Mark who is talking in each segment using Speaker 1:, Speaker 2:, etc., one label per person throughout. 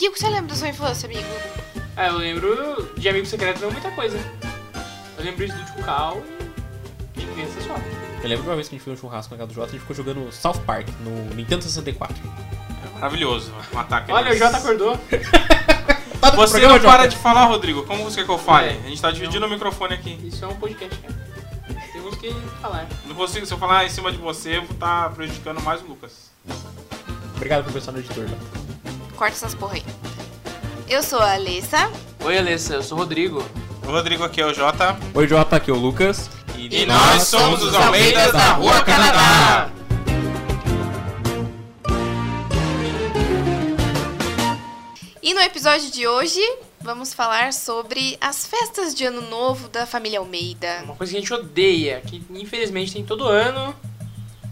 Speaker 1: E o que você lembra da sua infância, amigo?
Speaker 2: Ah, eu lembro de Amigo Secreto não é muita coisa. Eu lembro de Lúdico Cal e de Criança Só.
Speaker 3: Eu lembro de uma vez que a gente foi no churrasco na casa do Jota, a gente ficou jogando South Park no Nintendo 64.
Speaker 4: É maravilhoso. Um ataque.
Speaker 2: Olha, o
Speaker 4: deles.
Speaker 2: Jota acordou.
Speaker 3: Tá no
Speaker 4: Você
Speaker 3: programa,
Speaker 4: não para
Speaker 3: Jota?
Speaker 4: de falar, Rodrigo. Como você quer que eu fale?
Speaker 2: É.
Speaker 4: A gente tá dividindo o microfone aqui.
Speaker 2: Isso é um podcast, cara. Temos que falar.
Speaker 4: Não consigo, se eu falar em cima de você, eu vou estar prejudicando mais o Lucas.
Speaker 3: Obrigado por pensar no editor, né? Jota.
Speaker 1: Corta essas porra aí. Eu sou a Alessa.
Speaker 2: Oi, Alessa, eu sou o Rodrigo.
Speaker 4: O Rodrigo aqui é o Jota.
Speaker 3: Oi, Jota, aqui é o Lucas.
Speaker 1: E nós somos os Almeidas da Rua Canadá. E no episódio de hoje, vamos falar sobre as festas de Ano Novo da família Almeida.
Speaker 2: É Uma coisa que a gente odeia, que infelizmente tem todo ano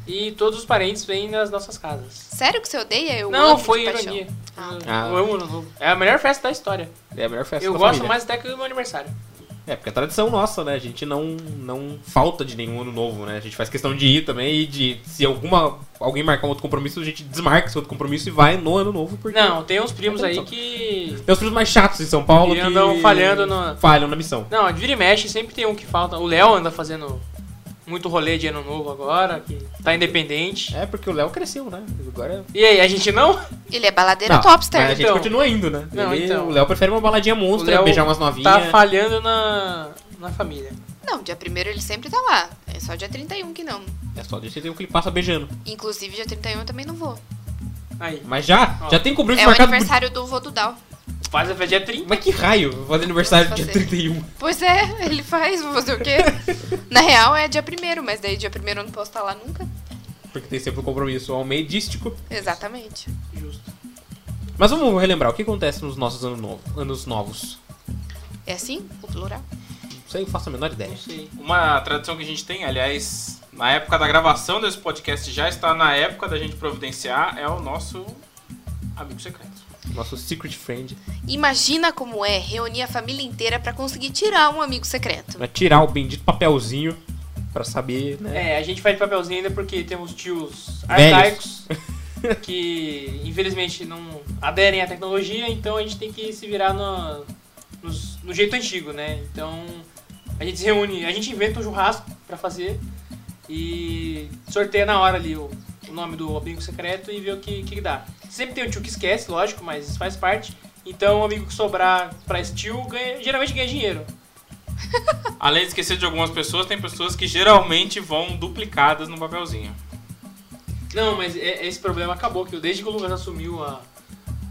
Speaker 2: e todos os parentes vêm nas nossas casas.
Speaker 1: Sério que você odeia? Eu
Speaker 2: não,
Speaker 1: amo de
Speaker 2: foi
Speaker 1: paixão.
Speaker 2: ironia.
Speaker 1: Ah.
Speaker 3: Ah.
Speaker 2: Eu amo Ano Novo. É a melhor festa da história.
Speaker 3: É a melhor festa
Speaker 2: eu
Speaker 3: da
Speaker 2: gosto
Speaker 3: família.
Speaker 2: mais até que o meu aniversário.
Speaker 3: É, porque é tradição nossa, né? A gente não, não falta de nenhum ano novo, né? A gente faz questão de ir também e de se alguma alguém marcar um outro compromisso, a gente desmarca esse outro compromisso e vai no ano novo. Porque
Speaker 2: Não, tem uns primos
Speaker 3: É
Speaker 2: aí
Speaker 3: tradição.
Speaker 2: que.
Speaker 3: Tem os filhos mais chatos em São Paulo
Speaker 2: E
Speaker 3: que
Speaker 2: andam falhando no-
Speaker 3: falham na missão.
Speaker 2: Não, de vira e mexe sempre tem um que falta. O Léo anda fazendo muito rolê de ano novo agora, que tá independente.
Speaker 3: É porque o Léo cresceu, né? Agora
Speaker 2: E aí, a gente não?
Speaker 1: Ele é baladeiro
Speaker 3: Não, Mas a
Speaker 1: topster.
Speaker 3: gente
Speaker 2: Então.
Speaker 3: continua indo, né?
Speaker 2: Não,
Speaker 3: Ele-
Speaker 2: então.
Speaker 3: O Léo prefere uma baladinha
Speaker 2: O
Speaker 3: monstra,
Speaker 2: Léo
Speaker 3: beijar umas novinhas.
Speaker 2: Tá falhando na, na família.
Speaker 1: Não, dia 1 ele sempre tá lá. É só dia 31 que não.
Speaker 3: É só deixa ter o que ele passa beijando.
Speaker 1: Inclusive, dia 31 eu também não vou.
Speaker 2: Aí,
Speaker 3: Mas já,
Speaker 2: Ó.
Speaker 3: já tem compromisso
Speaker 1: É o
Speaker 3: marcado. por-
Speaker 1: aniversário do vô do Dal.
Speaker 2: faz a festa dia 30.
Speaker 3: Mas que raio, eu vou fazer aniversário
Speaker 1: Nossa,
Speaker 3: dia
Speaker 1: fazer.
Speaker 3: 31.
Speaker 1: Pois é, ele faz, vou fazer o quê? Na real é dia 1 mas daí dia 1 eu não posso estar lá nunca.
Speaker 3: Porque tem sempre o compromisso almeidístico.
Speaker 1: Exatamente.
Speaker 2: Justo.
Speaker 3: Mas vamos relembrar, o que acontece nos nossos ano novo- anos novos?
Speaker 1: É assim? O plural?
Speaker 3: Não sei, eu faço a menor
Speaker 2: Não
Speaker 3: ideia.
Speaker 2: sei.
Speaker 4: Uma tradição que a gente tem, aliás, na época da gravação desse podcast já está na época da gente providenciar, é o nosso amigo secreto.
Speaker 3: Nosso secret friend
Speaker 1: Imagina como é reunir a família inteira pra conseguir tirar um amigo secreto.
Speaker 3: vai tirar o bendito papelzinho pra saber, né?
Speaker 2: É, a gente faz de papelzinho ainda porque temos tios
Speaker 3: Velhos.
Speaker 2: arcaicos que infelizmente não aderem à tecnologia, então a gente tem que se virar no, nos- no jeito antigo, né? Então a gente se reúne, a gente inventa um churrasco pra fazer e sorteia na hora ali o, o nome do amigo secreto e vê o que, que dá. Sempre tem um tio que esquece, lógico, mas isso faz parte. Então o amigo que sobrar pra esse tio ganha, geralmente ganha dinheiro.
Speaker 4: Além de esquecer de algumas pessoas, tem pessoas que geralmente vão duplicadas no papelzinho.
Speaker 2: Não, mas é- esse problema acabou, que desde que o Lucas assumiu a,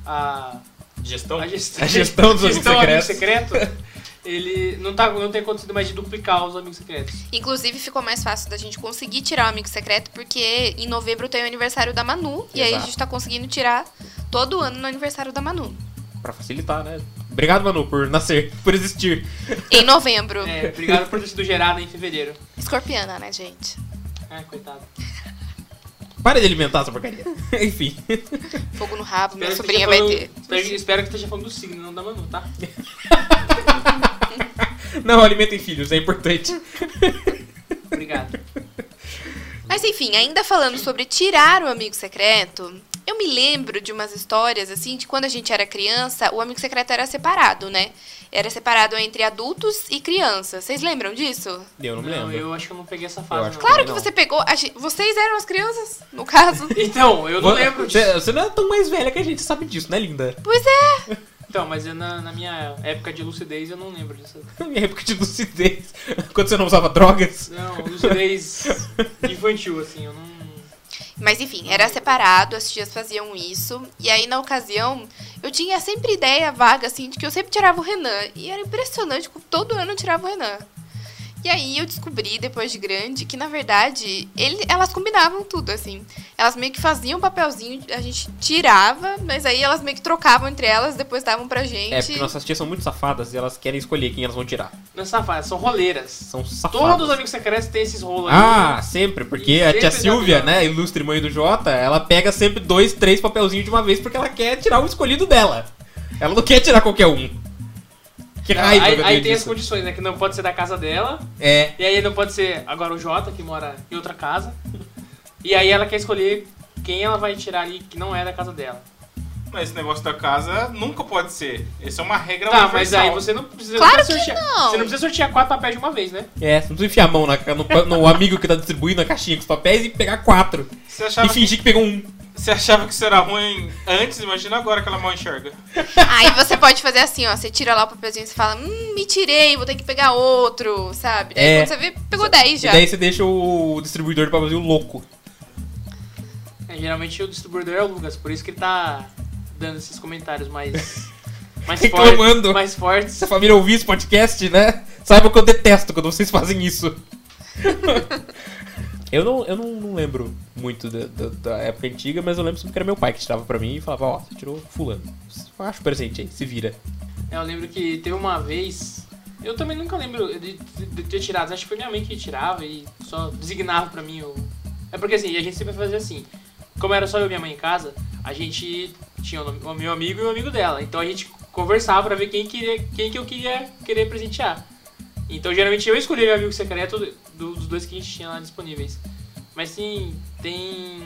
Speaker 2: a,
Speaker 4: Gestão?
Speaker 2: a gestão,
Speaker 3: Então, A gestão dos
Speaker 2: gestão
Speaker 3: amigos
Speaker 2: secretos, ele não, tá, não tem acontecido mais de duplicar os amigos secretos.
Speaker 1: Inclusive, ficou mais fácil da gente conseguir tirar o amigo secreto, porque em novembro tem o aniversário da Manu, e aí a
Speaker 3: Exato.
Speaker 1: gente tá conseguindo tirar todo ano no aniversário da Manu.
Speaker 3: Pra facilitar, né? Obrigado, Manu, por nascer, por existir.
Speaker 1: Em novembro.
Speaker 2: É, obrigado por ter sido gerado em fevereiro.
Speaker 1: Escorpiana, né, gente?
Speaker 2: Ah, coitado.
Speaker 3: Para de alimentar essa porcaria. Enfim.
Speaker 1: Fogo no rabo, minha
Speaker 2: que esteja
Speaker 1: sobrinha vai
Speaker 2: falando-
Speaker 1: ter.
Speaker 2: Espero, espero que esteja falando do signo, não da Manu, tá?
Speaker 3: Não, alimentem filhos, é importante.
Speaker 2: Obrigado.
Speaker 1: Mas enfim, ainda falando sobre tirar o amigo secreto, eu me lembro de umas histórias assim, de quando a gente era criança, o amigo secreto era separado, né? Era separado entre adultos e crianças. Vocês lembram disso?
Speaker 3: Eu não me lembro.
Speaker 2: eu acho que eu não peguei essa
Speaker 3: Eu
Speaker 2: fase.
Speaker 3: acho
Speaker 2: não.
Speaker 3: que-
Speaker 1: Claro que
Speaker 3: Não.
Speaker 1: você pegou. a gen- Vocês eram as crianças, no caso.
Speaker 2: Então, eu não lembro disso.
Speaker 3: Você, você não é tão mais velha que a gente, você sabe disso, né, linda?
Speaker 1: Pois é.
Speaker 2: Então, mas eu, na, na minha época de lucidez eu não lembro disso.
Speaker 3: Minha época de lucidez, quando você não usava drogas.
Speaker 2: Não, lucidez infantil, assim, eu não.
Speaker 1: Mas enfim, era separado, as tias faziam isso. E aí, na ocasião, eu tinha sempre ideia vaga, assim, de que eu sempre tirava o Renan. E era impressionante, como todo ano eu tirava o Renan. E aí eu descobri, depois de grande, que na verdade ele, elas combinavam tudo, assim. Elas meio que faziam um papelzinho, a gente tirava, mas aí elas meio que trocavam entre elas, depois davam pra gente.
Speaker 3: É, porque nossas tias são muito safadas e elas querem escolher quem elas vão tirar.
Speaker 2: Não é safado, são roleiras.
Speaker 3: São safadas.
Speaker 2: Todos os amigos secretos têm esses rolos aí.
Speaker 3: Ah, sempre, porque
Speaker 2: E
Speaker 3: a tia
Speaker 2: sempre
Speaker 3: Silvia,
Speaker 2: dá
Speaker 3: né, ilustre mãe do Jota, ela pega sempre dois, três papelzinhos de uma vez porque ela quer tirar o escolhido dela. Ela não quer tirar qualquer um. Que raiva que
Speaker 2: aí,
Speaker 3: eu
Speaker 2: aí
Speaker 3: tenho
Speaker 2: tem as
Speaker 3: disso.
Speaker 2: condições, né? Que não pode ser da casa dela.
Speaker 3: É,
Speaker 2: E aí não pode ser agora o Jota, que mora em outra casa. E aí ela quer escolher quem ela vai tirar ali que não é da casa dela.
Speaker 4: Mas esse negócio da casa nunca pode ser. Essa é uma regra
Speaker 2: Tá, mas
Speaker 4: universal.
Speaker 2: aí você não precisa
Speaker 1: Claro
Speaker 2: não precisa
Speaker 1: que
Speaker 2: sortear.
Speaker 1: não.
Speaker 2: Você não precisa sortear quatro papéis de uma vez, né?
Speaker 3: É, você não precisa enfiar a mão na, ca- no, pa- no amigo que tá distribuindo a caixinha com os papéis e pegar quatro.
Speaker 4: Você achava,
Speaker 3: E fingir que pegou um.
Speaker 4: você achava que isso era ruim antes, imagina agora que ela mal enxerga.
Speaker 1: Aí você pode fazer assim, ó. Você tira lá o papelzinho e você fala, hum, me tirei, vou ter que pegar outro, sabe? Daí
Speaker 3: É.
Speaker 1: quando você vê, pegou 10 já.
Speaker 3: E daí você deixa o distribuidor do papelzinho louco.
Speaker 2: É, geralmente o distribuidor é o Lucas, por isso que ele tá dando esses comentários mais. mais
Speaker 3: Reclamando.
Speaker 2: fortes. Mais fortes.
Speaker 3: Se a família ouvir esse podcast, né? Saiba que eu detesto quando vocês fazem isso. eu não, eu não, não lembro muito da, da- da época antiga, mas eu lembro sempre que era meu pai que tirava pra mim e falava, ó, você tirou fulano. Acha o presente aí, se vira.
Speaker 2: Eu lembro que teve uma vez. Eu também nunca lembro de, de- de ter tirado. Acho que foi minha mãe que tirava e só designava pra mim o. É porque assim, a gente sempre fazia assim. Como era só eu e minha mãe em casa, a gente tinha o, nome- o meu amigo e o amigo dela. Então a gente conversava pra ver quem, queria, quem que eu queria querer presentear. Então geralmente eu escolhi meu amigo secreto do- dos dois que a gente tinha lá disponíveis. Mas sim, tem.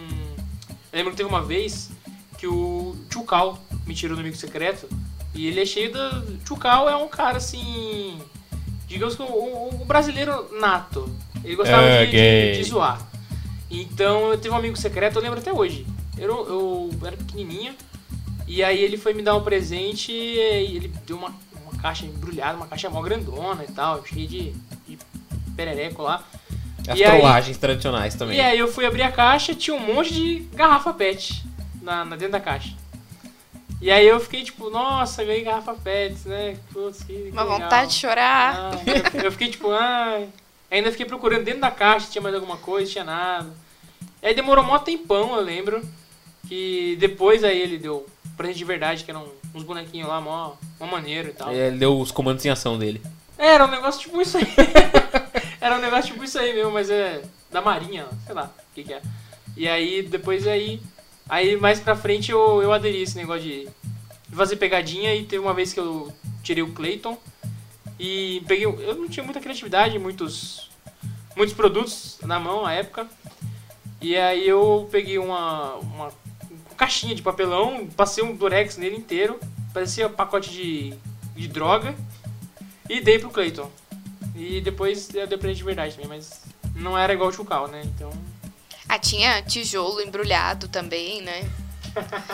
Speaker 2: Eu lembro que teve uma vez que o Chucal me tirou do amigo secreto. E ele é cheio do. Chucal é um cara assim. Digamos que um, um- um brasileiro nato. Ele gostava
Speaker 3: É,
Speaker 2: de,
Speaker 3: gay.
Speaker 2: de, de zoar. Então eu teve um amigo secreto, eu lembro até hoje. Eu, eu era pequenininha. E aí ele foi me dar um presente e ele deu uma, uma caixa embrulhada, uma caixa mó grandona e tal, cheia de, de perereco lá.
Speaker 3: As
Speaker 2: E aí-
Speaker 3: trollagens tradicionais também.
Speaker 2: E aí eu fui abrir a caixa, tinha um monte de garrafa pet na, na- dentro da caixa. E aí eu fiquei tipo, nossa, ganhei garrafa pet, né? Putz, que, que
Speaker 1: Uma
Speaker 2: legal.
Speaker 1: vontade de chorar.
Speaker 2: Ah, eu- eu fiquei tipo, ai. Ainda fiquei procurando dentro da caixa, tinha mais alguma coisa, tinha nada. E aí demorou mó tempão, eu lembro. Que depois aí ele deu presente de verdade, que eram uns bonequinhos lá, mó, mó maneiro e tal.
Speaker 3: É, Ele deu os comandos em ação dele.
Speaker 2: É, era um negócio tipo isso aí. era um negócio tipo isso aí mesmo, mas é da Marinha, sei lá o que, que é. E aí, depois aí. Aí mais pra frente eu, eu aderi a esse negócio de de fazer pegadinha e teve uma vez que eu tirei o Clayton e peguei. o- Eu não tinha muita criatividade, muitos. muitos produtos na mão à época. E aí eu peguei uma. uma caixinha de papelão, passei um durex nele inteiro, parecia um pacote de, de droga. E dei pro Clayton. E depois eu dei pra ele de verdade também, mas não era igual o Chucal, né? Então.
Speaker 1: Ah, tinha tijolo embrulhado também, né?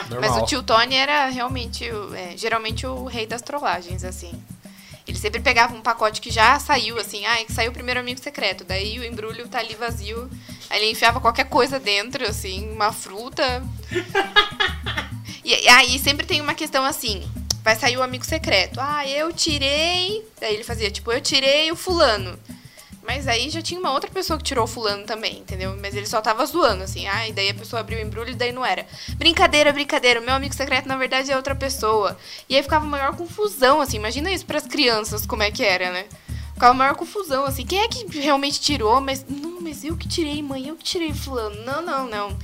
Speaker 3: Normal.
Speaker 1: Mas o tio Tony era realmente, o- é, geralmente, o rei das trollagens, assim. Ele sempre pegava um pacote que já saiu, assim, ah, é que saiu o primeiro amigo secreto. Daí o embrulho tá ali vazio. Aí ele enfiava qualquer coisa dentro, assim, uma fruta. e, e aí sempre tem uma questão assim. Vai sair o amigo secreto. Ah, eu tirei. Daí ele fazia, tipo, eu tirei o fulano. Mas aí já tinha uma outra pessoa que tirou o fulano também, entendeu? Mas ele só tava zoando, assim. Ah, e daí a pessoa abriu o embrulho e daí não era. Brincadeira, brincadeira. O meu amigo secreto, na verdade, é outra pessoa. E aí ficava a maior confusão, assim. Imagina isso pras crianças, como é que era, né? Ficava a maior confusão, assim. Quem é que realmente tirou? Mas, não, mas eu que tirei, mãe. Eu que tirei fulano. Não, não, não.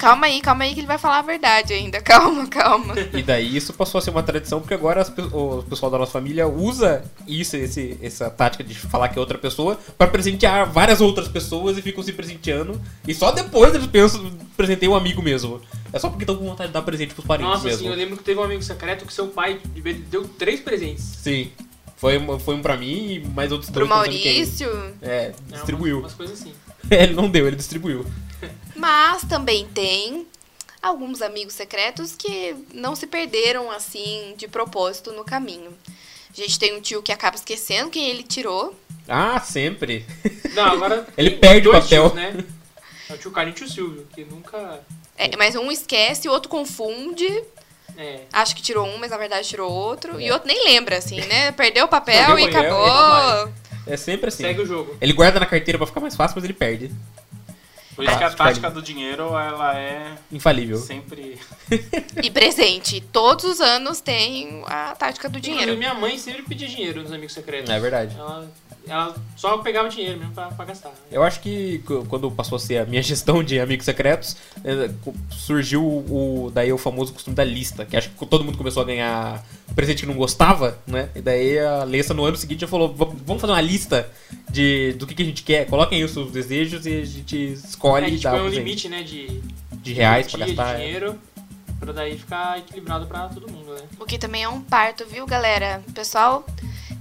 Speaker 1: Calma aí, calma aí que ele vai falar a verdade ainda. Calma, calma.
Speaker 3: E daí isso passou a ser uma tradição, porque agora as pe- o pessoal da nossa família usa isso, esse- essa tática de falar que é outra pessoa, pra presentear várias outras pessoas e ficam se presenteando. E só depois eles pensam, presentei um amigo mesmo. É só porque estão com vontade de dar presente pros parentes
Speaker 2: Nossa, assim,
Speaker 3: mesmo.
Speaker 2: eu lembro que teve um amigo secreto que seu pai deu três presentes.
Speaker 3: Sim. Foi, um- foi um pra mim e mais outros
Speaker 1: Pro
Speaker 3: dois. não sei quem.
Speaker 1: Maurício.
Speaker 3: É,
Speaker 2: né?
Speaker 3: distribuiu.
Speaker 2: Umas, umas coisas assim.
Speaker 3: ele não deu, ele distribuiu.
Speaker 1: Mas também tem alguns amigos secretos que não se perderam assim de propósito no caminho. A gente tem um tio que acaba esquecendo quem ele tirou.
Speaker 3: Ah, sempre.
Speaker 2: Não, agora.
Speaker 3: Ele
Speaker 2: tem
Speaker 3: perde o
Speaker 2: dois
Speaker 3: papel.
Speaker 2: tios, né? É o tio Carlos e o tio Silvio, que nunca.
Speaker 1: É, mas um esquece, o outro confunde,
Speaker 2: É.
Speaker 1: acha que tirou um, mas na verdade tirou outro. E outro nem lembra, assim, né? Perdeu o papel
Speaker 3: Perdeu
Speaker 1: e
Speaker 3: o papel,
Speaker 1: acabou.
Speaker 3: É sempre assim.
Speaker 2: Segue o jogo.
Speaker 3: Ele guarda na carteira pra ficar mais fácil, mas ele perde.
Speaker 4: Por isso que a
Speaker 3: Acho que é-
Speaker 4: tática do dinheiro, ela é
Speaker 3: Infalível.
Speaker 4: sempre...
Speaker 1: E presente. Todos os anos tem a tática do
Speaker 2: Inclusive,
Speaker 1: dinheiro.
Speaker 2: Minha mãe sempre pedia dinheiro nos amigos secretos.
Speaker 3: É verdade.
Speaker 2: Ela, ela só pegava dinheiro mesmo pra, pra gastar.
Speaker 3: Eu acho que c- quando passou a ser a minha gestão de amigos secretos, eh, co- surgiu o daí o famoso costume da lista, que acho que todo mundo começou a ganhar presente que não gostava, né? E daí a Lessa no ano seguinte já falou, "Va- vamos fazer uma lista de do que, que a gente quer, coloquem aí os seus desejos e a gente escolhe
Speaker 2: é, a
Speaker 3: e
Speaker 2: gente
Speaker 3: dá
Speaker 2: põe um
Speaker 3: presente
Speaker 2: limite, né? De,
Speaker 3: de reais
Speaker 2: de
Speaker 3: pra gastar. é.
Speaker 2: dinheiro. Pra daí ficar equilibrado pra todo mundo, né?
Speaker 1: O que também é um parto, viu, galera? O pessoal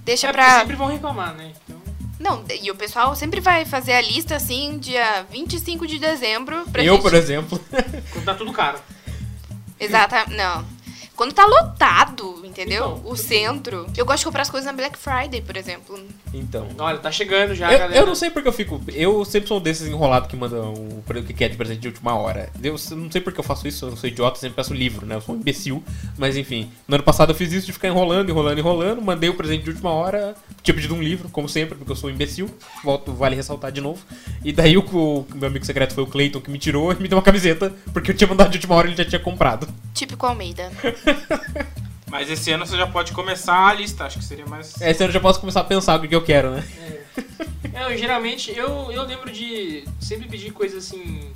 Speaker 1: deixa
Speaker 2: é porque
Speaker 1: pra.
Speaker 2: sempre vão reclamar, né? Então,
Speaker 1: Não, e o pessoal sempre vai fazer a lista assim, dia 25 de dezembro. Pra
Speaker 3: Eu,
Speaker 1: gente...
Speaker 3: por exemplo.
Speaker 2: quando tá tudo caro.
Speaker 1: Exata, não. Quando tá lotado, entendeu?
Speaker 2: Então,
Speaker 1: o
Speaker 2: tudo
Speaker 1: centro. Eu gosto de comprar as coisas na Black Friday, por exemplo.
Speaker 3: Então.
Speaker 2: Olha, tá chegando já,
Speaker 3: Eu,
Speaker 2: galera.
Speaker 3: eu não sei porque eu fico. Eu sempre sou um desses enrolados que manda o pre- o que quer de presente de última hora. Eu s- não sei porque eu faço isso, eu sou idiota, sempre peço livro, né? Eu sou um imbecil. Mas enfim, no ano passado eu fiz isso de ficar enrolando, enrolando, enrolando. Mandei o presente de última hora, tinha pedido um livro, como sempre, porque eu sou um imbecil. Volto, vale ressaltar de novo. E daí o, o meu amigo secreto foi o Clayton que me tirou e me deu uma camiseta, porque eu tinha mandado de última hora e ele já tinha comprado.
Speaker 1: Típico Almeida.
Speaker 4: Mas esse ano você já pode começar a lista, acho que seria mais.
Speaker 3: Esse ano eu já posso começar a pensar o que eu quero, né?
Speaker 2: É, eu, geralmente, eu, eu lembro de sempre pedir coisa assim.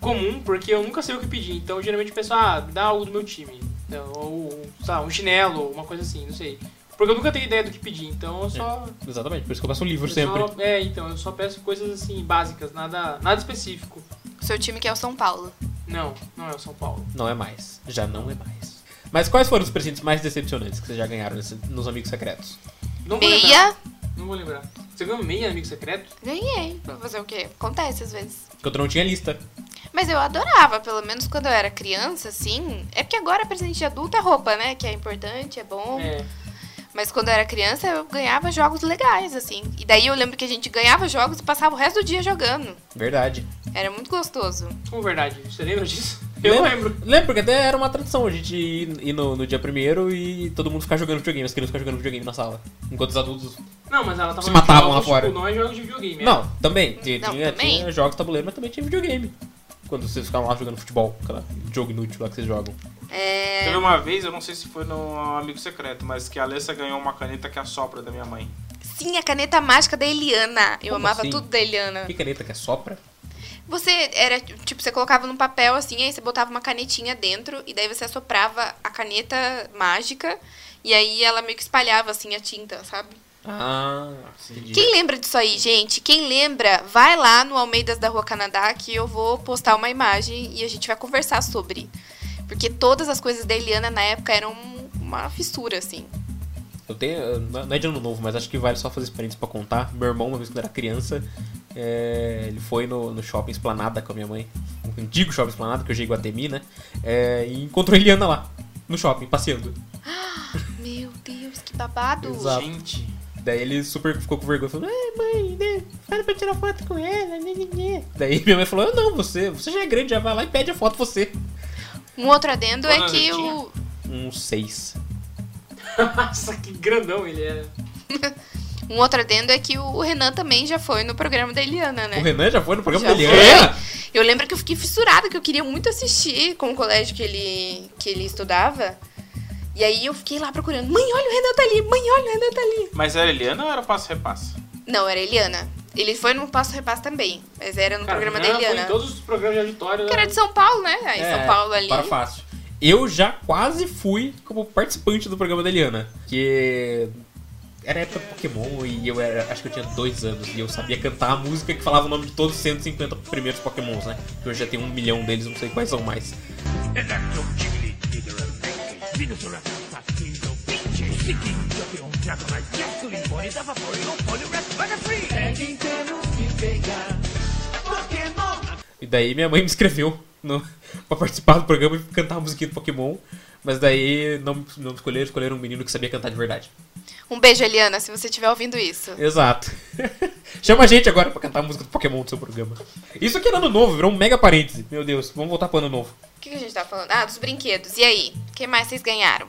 Speaker 2: comum, porque eu nunca sei o que pedir. Então, geralmente, o pessoal, ah, dá algo do meu time. Então, ou, sei lá, um chinelo, uma coisa assim, não sei. Porque eu nunca tenho ideia do que pedir, então eu só.
Speaker 3: Exatamente, É, por isso que eu peço um livro
Speaker 2: eu
Speaker 3: sempre.
Speaker 2: só- é, então, eu só peço coisas assim, básicas, nada, nada específico.
Speaker 1: Seu time que é o São Paulo.
Speaker 2: Não, não é o São Paulo.
Speaker 3: Não é mais. Já não é mais. Mas quais foram os presentes mais decepcionantes que vocês já ganharam nesse- nos Amigos Secretos?
Speaker 2: Não vou lembrar.
Speaker 1: Meia,
Speaker 2: Não vou lembrar. Você ganhou meia, amigo secreto?
Speaker 1: ganhei. Vou fazer o quê? Acontece às vezes.
Speaker 3: Porque eu não tinha lista.
Speaker 1: Mas eu adorava, pelo menos quando eu era criança, assim. É porque agora presente de adulto é roupa, né? Que é importante, é bom.
Speaker 2: É.
Speaker 1: Mas quando eu era criança, eu ganhava jogos legais, assim. E daí eu lembro que a gente ganhava jogos e passava o resto do dia jogando.
Speaker 3: Verdade.
Speaker 1: Era muito gostoso.
Speaker 2: Como verdade, você lembra disso? Eu
Speaker 3: Lembra-
Speaker 2: lembro.
Speaker 3: Lembro, porque até era uma tradição a gente ir, ir no, no dia primeiro e todo mundo ficar jogando videogame. As crianças ficar jogando videogame na sala. Enquanto os adultos.
Speaker 2: Não, mas ela tava
Speaker 3: Se matavam
Speaker 2: jogos,
Speaker 3: lá fora.
Speaker 2: Tipo, não é jogo de videogame. é
Speaker 3: Não, também. Tinha,
Speaker 1: Não,
Speaker 3: tinha,
Speaker 1: também.
Speaker 3: tinha jogos de tabuleiro, mas também tinha videogame. Quando vocês ficavam lá jogando futebol, aquela jogo inútil lá que vocês jogam.
Speaker 1: É.
Speaker 4: Teve uma vez, eu não sei se foi no Amigo Secreto, mas que a Alessa ganhou uma caneta que assopra da minha mãe.
Speaker 1: Sim, a caneta mágica da Eliana. Eu
Speaker 3: Como
Speaker 1: amava
Speaker 3: assim?
Speaker 1: tudo da Eliana.
Speaker 3: Que caneta que é sopra?
Speaker 1: Você era, tipo, você colocava num papel assim, aí você botava uma canetinha dentro, e daí você assoprava a caneta mágica, e aí ela meio que espalhava assim a tinta, sabe?
Speaker 3: Ah, entendi.
Speaker 1: Quem lembra disso aí, gente? Quem lembra, vai lá no Almeidas da Rua Canadá que eu vou postar uma imagem e a gente vai conversar sobre. Porque todas as coisas da Eliana na época eram uma fissura, assim.
Speaker 3: Eu tenho. Não é de ano novo, mas acho que vale só fazer experiência pra contar. Meu irmão, uma vez quando era criança, é, ele foi no, no shopping Esplanada com a minha mãe. Um antigo shopping Esplanada, que hoje é Iguatemi, né? É, e encontrou a Eliana lá, no shopping, passeando.
Speaker 1: Meu Deus, que babado!
Speaker 3: Exato. Tá.
Speaker 4: Gente.
Speaker 3: Daí ele super ficou com vergonha, falou, ah, mãe, né? Fala pra eu tirar foto com ela, né, né, né." Daí minha mãe falou, "Ah, não, você, você já é grande, já vai lá e pede a foto você.
Speaker 1: Um outro adendo é
Speaker 4: Quantos
Speaker 1: que
Speaker 4: anos
Speaker 1: o,
Speaker 4: ele
Speaker 3: Um seis.
Speaker 2: Nossa, que grandão ele é. era.
Speaker 1: um outro adendo é que o Renan também já foi no programa da Eliana, né?
Speaker 3: O Renan já foi no programa
Speaker 1: Já
Speaker 3: da
Speaker 1: foi.
Speaker 3: Eliana?
Speaker 1: Eu lembro que eu fiquei fissurada, que eu queria muito assistir com o colégio que ele, que ele estudava. E aí eu fiquei lá procurando. Mãe, olha o Renan tá ali! Mãe, olha o Renan tá ali!
Speaker 4: Mas era Eliana ou era passo repasse?
Speaker 1: Não, era a Eliana. Ele foi no Passo Repasso também, mas era no
Speaker 2: Cara,
Speaker 1: Um programa né?
Speaker 2: Renan
Speaker 1: da
Speaker 2: foi
Speaker 1: Eliana.
Speaker 2: em todos os programas de auditório.
Speaker 1: Que era de São Paulo, né? Aí
Speaker 3: É,
Speaker 1: São Paulo ali.
Speaker 3: Para fácil. Eu já quase fui como participante do programa da Eliana. Que era época do Pokémon e eu era. Acho que eu tinha dois anos e eu sabia cantar a música que falava o nome de todos os 150 primeiros Pokémons, né? Que hoje já tem um milhão deles, não sei quais são mais.
Speaker 5: Electrum, Jiggly, Digger, Minotaur, Mosquito, Pinche, Sticky, Jumpy, On, Jaguar, Jasculine, Bonnie, Dava, Porygon, Poliwrath, Butterfree. Peguem pelos que pegar, Pokémon.
Speaker 3: E daí minha mãe me escreveu no, pra participar do programa e cantar a musiquinha do Pokémon. Mas daí não, não me escolheram, escolheram um menino que sabia cantar de verdade.
Speaker 1: Um beijo, Eliana, se você estiver ouvindo isso.
Speaker 3: Exato. Chama a gente agora pra cantar a música do Pokémon do seu programa. Isso aqui era ano novo, virou um mega parêntese. Meu Deus, vamos voltar pro ano novo.
Speaker 1: O que que a gente tá falando? Ah, dos brinquedos. E aí? O que mais vocês ganharam?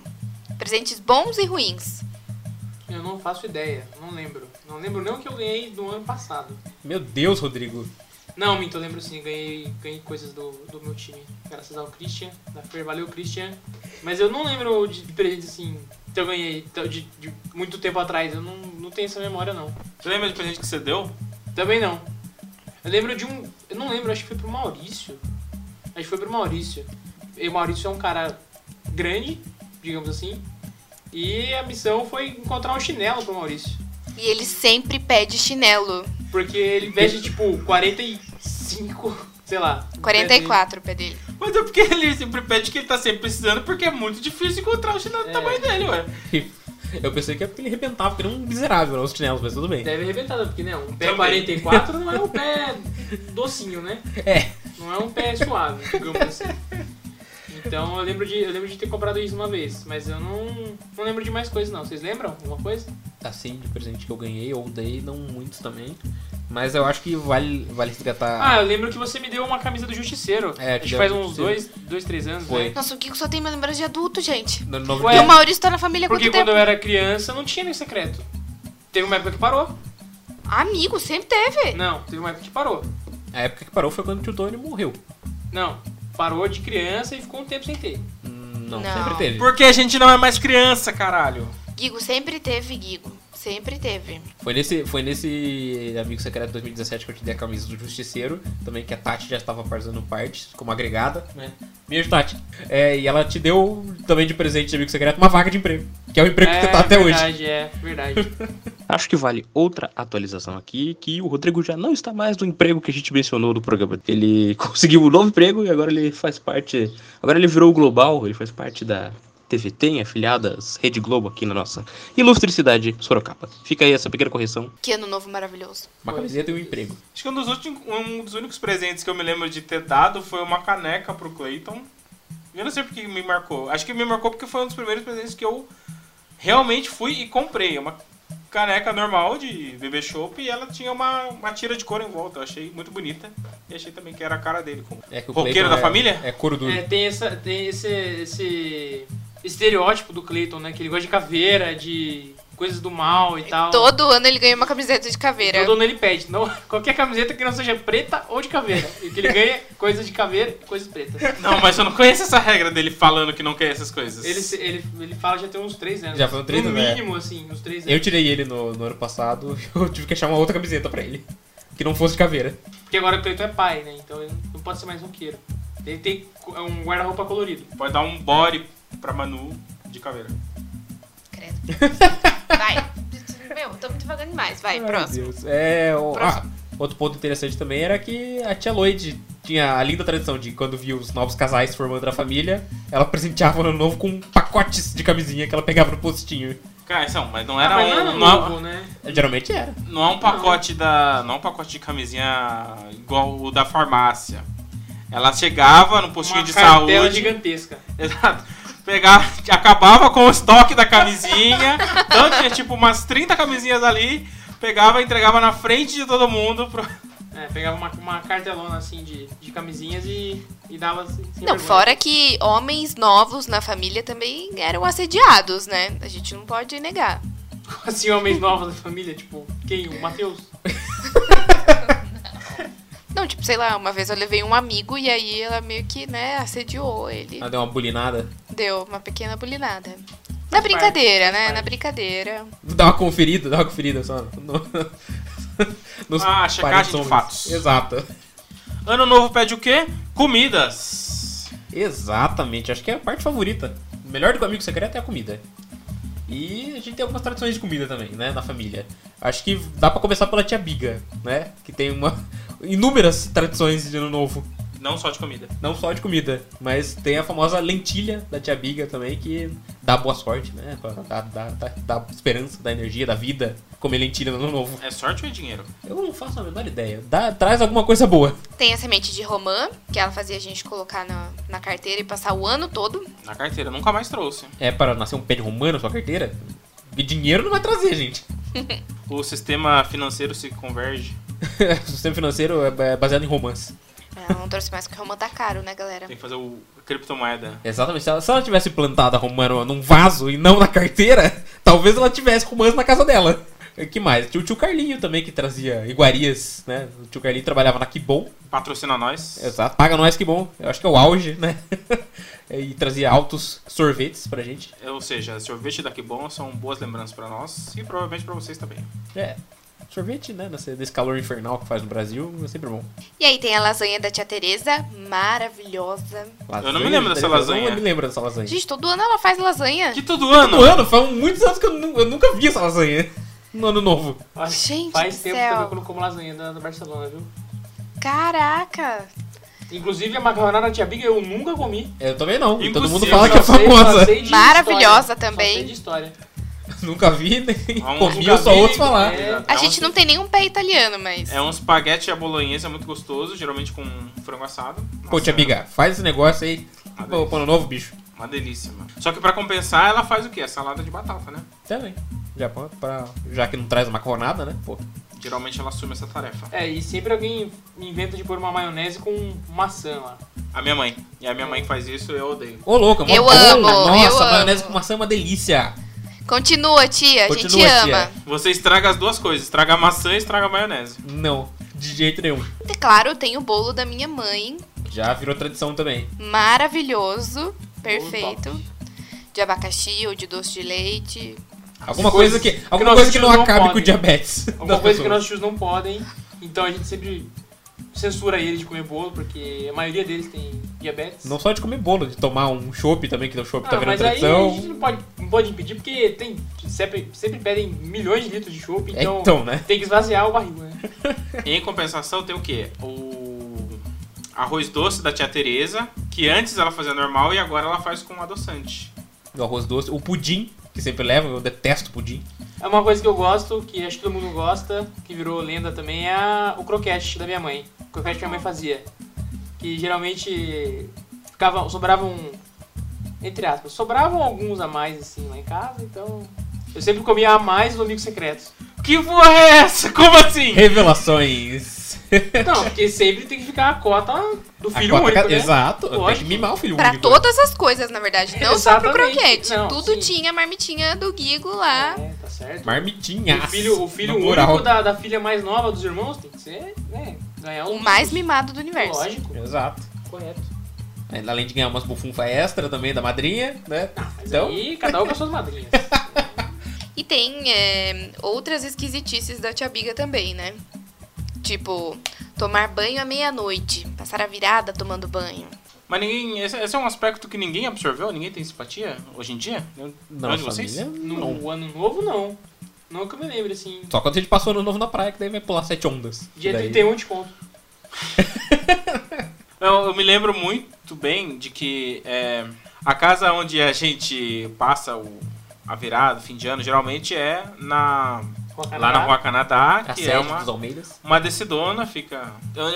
Speaker 1: Presentes bons e ruins.
Speaker 2: Eu não faço ideia, não lembro. Não lembro nem o que eu ganhei do ano passado.
Speaker 3: Meu Deus, Rodrigo.
Speaker 2: Não, minto, eu lembro sim, ganhei, ganhei coisas do, do meu time. Graças ao Christian, da Fer, valeu Christian. Mas eu não lembro de, de presente assim que eu ganhei t- de, de muito tempo atrás. Eu não, não tenho essa memória não.
Speaker 4: Você lembra de presente que você deu?
Speaker 2: Também não. Eu lembro de um. Eu não lembro, acho que foi pro Maurício. Acho que foi pro Maurício. E o Maurício é um cara grande, digamos assim. E a missão foi encontrar um chinelo pro Maurício.
Speaker 1: E ele sempre pede chinelo.
Speaker 2: Porque ele veste tipo 45, sei lá.
Speaker 1: 44 o pé dele.
Speaker 2: pé dele.
Speaker 4: Mas é porque ele sempre pede que ele tá sempre precisando, porque é muito difícil encontrar o chinelo do
Speaker 2: É.
Speaker 4: tamanho dele, ué.
Speaker 3: Eu pensei que é porque ele arrebentava, porque ele é um miserável, né, os chinelos, mas tudo bem.
Speaker 2: Deve arrebentar, né? porque né, um pé
Speaker 4: Também.
Speaker 2: 44 não é um pé docinho, né?
Speaker 3: É.
Speaker 2: Não é um pé suave, digamos assim. Então eu lembro, de, eu lembro de ter comprado isso uma vez, mas eu não, não lembro de mais coisas não. Vocês lembram alguma coisa?
Speaker 3: Assim, de presente que eu ganhei ou dei, não muitos também. Mas eu acho que vale, vale resgatar.
Speaker 2: Ah, eu lembro que você me deu uma camisa do Justiceiro.
Speaker 3: É,
Speaker 2: acho
Speaker 3: te
Speaker 2: que
Speaker 3: deu
Speaker 2: faz
Speaker 3: do
Speaker 2: uns dois, dois, três anos,
Speaker 3: Foi.
Speaker 2: né?
Speaker 1: Nossa, o Kiko só tem minha lembrança de adulto, gente.
Speaker 3: no nome
Speaker 2: Ué.
Speaker 1: E o Maurício tá na família há
Speaker 2: Porque
Speaker 1: quanto
Speaker 2: quando
Speaker 1: tempo?
Speaker 2: eu era criança não tinha nem secreto. Teve uma época que parou. é?
Speaker 1: Amigo, sempre
Speaker 3: É.
Speaker 1: teve.
Speaker 2: Não, teve uma época que parou.
Speaker 3: do- A época que parou foi quando o tio Tony morreu.
Speaker 2: Não, parou de criança e ficou um tempo sem ter.
Speaker 3: Hum, Não,
Speaker 1: Não.
Speaker 3: sempre teve.
Speaker 4: Porque a gente não é mais criança, caralho.
Speaker 1: Guigo, sempre teve, Guigo. Sempre teve.
Speaker 3: Foi nesse, foi nesse Amigo Secreto 2017 que eu te dei a camisa do Justiceiro, também que a Tati já estava fazendo parte, como agregada, né? Beijo, Tati. É, e ela te deu também de presente de Amigo Secreto uma vaga de emprego, que é o emprego que você tá até hoje.
Speaker 2: verdade, é, verdade.
Speaker 6: Acho que vale outra atualização aqui, que o Rodrigo já não está mais no emprego que a gente mencionou no programa. Ele conseguiu um novo emprego e agora ele faz parte. Agora ele virou o global, ele faz parte da TVT, afiliadas Rede Globo aqui na nossa ilustre cidade Sorocaba. Fica aí essa pequena correção.
Speaker 1: Que ano novo maravilhoso.
Speaker 3: Uma camiseta e um emprego.
Speaker 4: Acho que um dos, últimos, um dos únicos presentes que eu me lembro de ter dado foi uma caneca pro Clayton. Eu não sei porque me marcou. Acho que me marcou porque foi um dos primeiros presentes que eu realmente fui e comprei. É Uma caneca normal de bebê chopp e ela tinha uma, uma tira de couro em volta. Eu achei muito bonita e achei também que era a cara dele.
Speaker 3: É que o
Speaker 4: Roqueiro
Speaker 3: Clayton
Speaker 4: da
Speaker 3: é-
Speaker 4: família?
Speaker 3: É couro duro.
Speaker 2: É, tem essa, tem esse, esse estereótipo do Clayton, né? Que ele gosta de caveira, de coisas do mal e tal.
Speaker 1: É Todo ano ele ganha uma camiseta de caveira.
Speaker 2: Então- Todo ano ele pede. Não, qualquer camiseta que não seja preta ou de caveira. E o que ele ganha, é coisas de caveira e coisas pretas.
Speaker 4: Não, mas eu não conheço essa regra dele falando que não quer essas coisas.
Speaker 2: Ele, se- ele, ele fala já tem uns 3 anos.
Speaker 3: Já foram três
Speaker 2: No
Speaker 3: anos, é.
Speaker 2: mínimo, assim, uns 3 anos.
Speaker 3: Eu tirei ele no, no ano passado e eu tive que achar uma outra camiseta pra ele. Que não fosse de caveira.
Speaker 2: Porque agora o Clayton é pai, né? Então ele não pode ser mais roqueiro. Ele tem co- um guarda-roupa colorido.
Speaker 4: Pode dar um body pra Manu de caveira.
Speaker 1: Credo. Vai. Meu, tô muito vagando demais. Vai,
Speaker 3: Ai,
Speaker 1: próximo.
Speaker 3: Deus. É, o-
Speaker 1: Próximo.
Speaker 3: ah, outro ponto interessante também era que a tia Lloyd tinha a linda tradição de quando via os novos casais formando a família, ela presenteava o ano novo com pacotes de camisinha que ela pegava no postinho.
Speaker 4: Cara, não, mas não
Speaker 2: Ah,
Speaker 4: era
Speaker 2: mas
Speaker 4: um.
Speaker 2: não é
Speaker 4: não é-
Speaker 2: novo, né?
Speaker 3: Geralmente era.
Speaker 4: Não é um pacote da. Não é um pacote de camisinha igual o da farmácia. Ela chegava no postinho
Speaker 2: Uma
Speaker 4: de
Speaker 2: cartela
Speaker 4: saúde.
Speaker 2: gigantesca.
Speaker 4: Exato. Pegava, acabava com o estoque da camisinha. então tinha tipo umas 30 camisinhas ali. Pegava e entregava na frente de todo mundo. Pro...
Speaker 2: É, pegava uma, uma cartelona assim de, de camisinhas e, e dava assim, sem
Speaker 1: Não,
Speaker 2: vergonha.
Speaker 1: fora que homens novos na família também eram assediados, né? A gente não pode negar.
Speaker 2: Assim, homens novos da família, tipo, quem?
Speaker 3: É.
Speaker 2: O Matheus?
Speaker 1: Não, tipo, sei lá, uma vez eu levei um amigo e aí ela meio que, né, assediou ele.
Speaker 3: Ela deu uma bulinada.
Speaker 1: Deu uma pequena bulinada. Na brincadeira, né? Na
Speaker 2: parte.
Speaker 1: brincadeira.
Speaker 3: Dá uma conferida, dá uma conferida só. No, nos
Speaker 4: Ah, checagem de
Speaker 3: parentes homens.
Speaker 4: fatos.
Speaker 3: Exato.
Speaker 4: Ano novo pede o quê? Comidas.
Speaker 3: Exatamente, acho que é a parte favorita. O melhor do que o amigo secreto é a comida. E a gente tem algumas tradições de comida também, né, na família. Acho que dá pra começar pela tia Biga, né, que tem uma inúmeras tradições de ano novo,
Speaker 4: Não só de comida.
Speaker 3: não só de comida, mas tem a famosa lentilha da tia Biga também que dá boa sorte, né, pra- dá, dá, dá, dá esperança, dá energia, da vida. Comer lentilha no ano novo.
Speaker 4: É sorte ou é dinheiro?
Speaker 3: Eu não faço a menor ideia. Dá, traz alguma coisa boa.
Speaker 1: Tem a semente de romã, que ela fazia a gente colocar na, na carteira e passar o ano todo.
Speaker 4: Na carteira, nunca mais trouxe.
Speaker 3: É para nascer um pé de romã na sua carteira? E dinheiro não vai trazer, gente.
Speaker 4: O sistema financeiro se converge.
Speaker 3: o sistema financeiro é baseado em romance.
Speaker 1: Ela não trouxe mais, porque romã tá caro, né, galera?
Speaker 4: Tem que fazer o a criptomoeda.
Speaker 3: Exatamente. Se ela, se ela tivesse plantado a romã num- num vaso e não na carteira, talvez ela tivesse romance na casa dela. E Que mais? Tinha o tio Carlinho também que trazia iguarias, né? O tio Carlinho trabalhava na Que Bom.
Speaker 4: Patrocina nós.
Speaker 3: Exato. Paga nós Que Bom. Eu acho que é o auge, né? e trazia altos sorvetes pra gente.
Speaker 4: É, Ou seja, sorvete daqui bom são boas lembranças pra nós e provavelmente pra vocês também.
Speaker 3: É. Sorvete, né? Nesse, desse calor infernal que faz no Brasil, é sempre bom.
Speaker 1: E aí tem a lasanha da tia Tereza, maravilhosa.
Speaker 4: Eu não me lembro dessa lasanha.
Speaker 3: Eu não me lembro dessa lasanha.
Speaker 1: Gente, todo ano ela faz
Speaker 3: É.
Speaker 1: lasanha.
Speaker 4: Que todo
Speaker 3: Mano,
Speaker 4: ano!
Speaker 3: ano, faz muitos anos que eu, nu- eu nunca vi essa lasanha no ano novo.
Speaker 2: Olha,
Speaker 1: Gente
Speaker 2: faz
Speaker 1: do
Speaker 2: tempo
Speaker 1: céu.
Speaker 2: também que eu não como lasanha da, da Barcelona, viu?
Speaker 1: Caraca!
Speaker 2: Inclusive, a macarronada da tia Biga eu nunca comi.
Speaker 3: Eu também não. e Todo mundo
Speaker 4: Impossível,
Speaker 3: fala que é
Speaker 2: Só sei- só
Speaker 3: famosa.
Speaker 2: sei de
Speaker 1: Maravilhosa
Speaker 2: história.
Speaker 1: também.
Speaker 2: Só sei de história.
Speaker 3: Nunca vi, nem
Speaker 4: Vamos,
Speaker 3: comi,
Speaker 4: nunca
Speaker 3: eu só
Speaker 4: vi,
Speaker 3: ouço falar.
Speaker 2: é.
Speaker 1: A
Speaker 4: um-
Speaker 1: gente não tem nenhum pé italiano, mas.
Speaker 4: É um espaguete à bolonhesa muito gostoso, geralmente com frango assado.
Speaker 3: Pô, tia Biga, faz esse negócio aí.
Speaker 4: Ah,
Speaker 3: Pô, pano novo, bicho.
Speaker 4: Uma delícia, mano. Só que pra compensar, ela faz o quê? A salada de batata, né?
Speaker 3: Também. Japão, pra... já que não traz macarronada, né? Pô.
Speaker 4: Geralmente ela assume essa tarefa.
Speaker 2: É, e sempre alguém inventa de pôr uma maionese com maçã lá.
Speaker 4: A minha mãe. E a minha mãe que faz isso, eu odeio.
Speaker 3: Ô, louca,
Speaker 1: Eu
Speaker 3: bola.
Speaker 1: amo,
Speaker 3: Nossa,
Speaker 1: eu
Speaker 3: maionese
Speaker 1: amo.
Speaker 3: com maçã é uma delícia.
Speaker 1: Continua, tia. A gente
Speaker 3: Continua,
Speaker 1: ama.
Speaker 3: tia.
Speaker 4: Você estraga as duas coisas, estraga a maçã e estraga a maionese.
Speaker 3: Não, de jeito nenhum.
Speaker 1: E, claro, tem o bolo da minha mãe.
Speaker 3: Já virou tradição também.
Speaker 1: Maravilhoso. Perfeito. De abacaxi ou de doce de leite.
Speaker 3: Alguma
Speaker 2: coisas
Speaker 3: coisa que,
Speaker 2: que
Speaker 3: alguma
Speaker 2: nossos
Speaker 3: coisa que
Speaker 2: tios
Speaker 3: não
Speaker 2: não
Speaker 3: acabe com o
Speaker 2: podem.
Speaker 3: diabetes.
Speaker 2: Alguma
Speaker 3: das
Speaker 2: coisa que
Speaker 3: pessoas.
Speaker 2: nossos tios não podem, então a gente sempre censura eles de comer bolo, porque a maioria deles tem diabetes.
Speaker 3: Não só de comer bolo, de tomar um chopp também, que o chopp tá
Speaker 2: Ah,
Speaker 3: virando
Speaker 2: mas aí a
Speaker 3: tradição.
Speaker 2: gente não pode, não pode impedir, porque tem, sempre, sempre pedem milhões de litros de chopp,
Speaker 3: É,
Speaker 2: então,
Speaker 3: então, né?
Speaker 2: tem que esvaziar o barril, né?
Speaker 4: Em compensação, tem o quê? O arroz doce da tia Tereza, que antes ela fazia normal e agora ela faz com adoçante.
Speaker 3: O arroz doce, o pudim, que sempre leva, eu detesto pudim.
Speaker 2: É uma coisa que eu gosto, que acho que todo mundo gosta, que virou lenda também, é a- o croquete da minha mãe. O croquete que minha mãe fazia. Que geralmente ficava, sobravam, entre aspas, sobravam alguns a mais assim lá em casa, então... Eu sempre comia a mais do Amigos Secretos.
Speaker 4: Que porra é essa? Como assim?
Speaker 3: Revelações.
Speaker 2: Não, porque sempre tem que ficar a cota do
Speaker 3: A
Speaker 2: filho
Speaker 3: cota
Speaker 2: único,
Speaker 3: ca-
Speaker 2: né?
Speaker 3: Exato, tem que
Speaker 2: Lógico.
Speaker 3: mimar o filho
Speaker 1: Pra
Speaker 3: único.
Speaker 1: todas as coisas, na verdade. Não só pro
Speaker 2: Exatamente.
Speaker 1: croquete.
Speaker 2: Não,
Speaker 1: Tudo
Speaker 2: sim.
Speaker 1: tinha a marmitinha do Guigo lá.
Speaker 2: É, tá certo.
Speaker 3: Marmitinha.
Speaker 2: O filho, o filho
Speaker 3: no
Speaker 2: único
Speaker 3: plural.
Speaker 2: da, da filha mais nova dos irmãos tem que ser, né, ganhar
Speaker 1: O
Speaker 2: um
Speaker 1: mais mimado do universo.
Speaker 2: Lógico,
Speaker 3: Exato.
Speaker 4: É.
Speaker 2: correto.
Speaker 3: Ainda Além de ganhar umas bufunfa extra também da madrinha, né?
Speaker 2: Mas
Speaker 3: Então,
Speaker 2: aí cada um com as suas madrinhas.
Speaker 1: E tem é, outras esquisitices da tia Biga também, né? Tipo, tomar banho à meia-noite. Passar a virada tomando banho.
Speaker 4: Mas ninguém. Esse, esse é um aspecto que ninguém absorveu, ninguém tem simpatia hoje em dia? Nenhum-
Speaker 3: não,
Speaker 4: nenhum de vocês?
Speaker 3: Então, família,
Speaker 2: No
Speaker 3: não.
Speaker 2: ano novo, não. Não que eu me lembre, assim.
Speaker 3: Só quando a gente passou ano novo na praia, que daí vai pular sete ondas.
Speaker 2: Dia
Speaker 3: Daí-
Speaker 2: 31 de conto.
Speaker 4: Eu, eu me lembro muito bem de que é, a casa onde a gente passa o, a virada, o fim de ano, geralmente é na, lá na Rua Canadá,
Speaker 3: A
Speaker 4: que
Speaker 3: sede
Speaker 4: é
Speaker 3: dos
Speaker 4: uma,
Speaker 3: Almeidas.
Speaker 4: uma descidona, fica.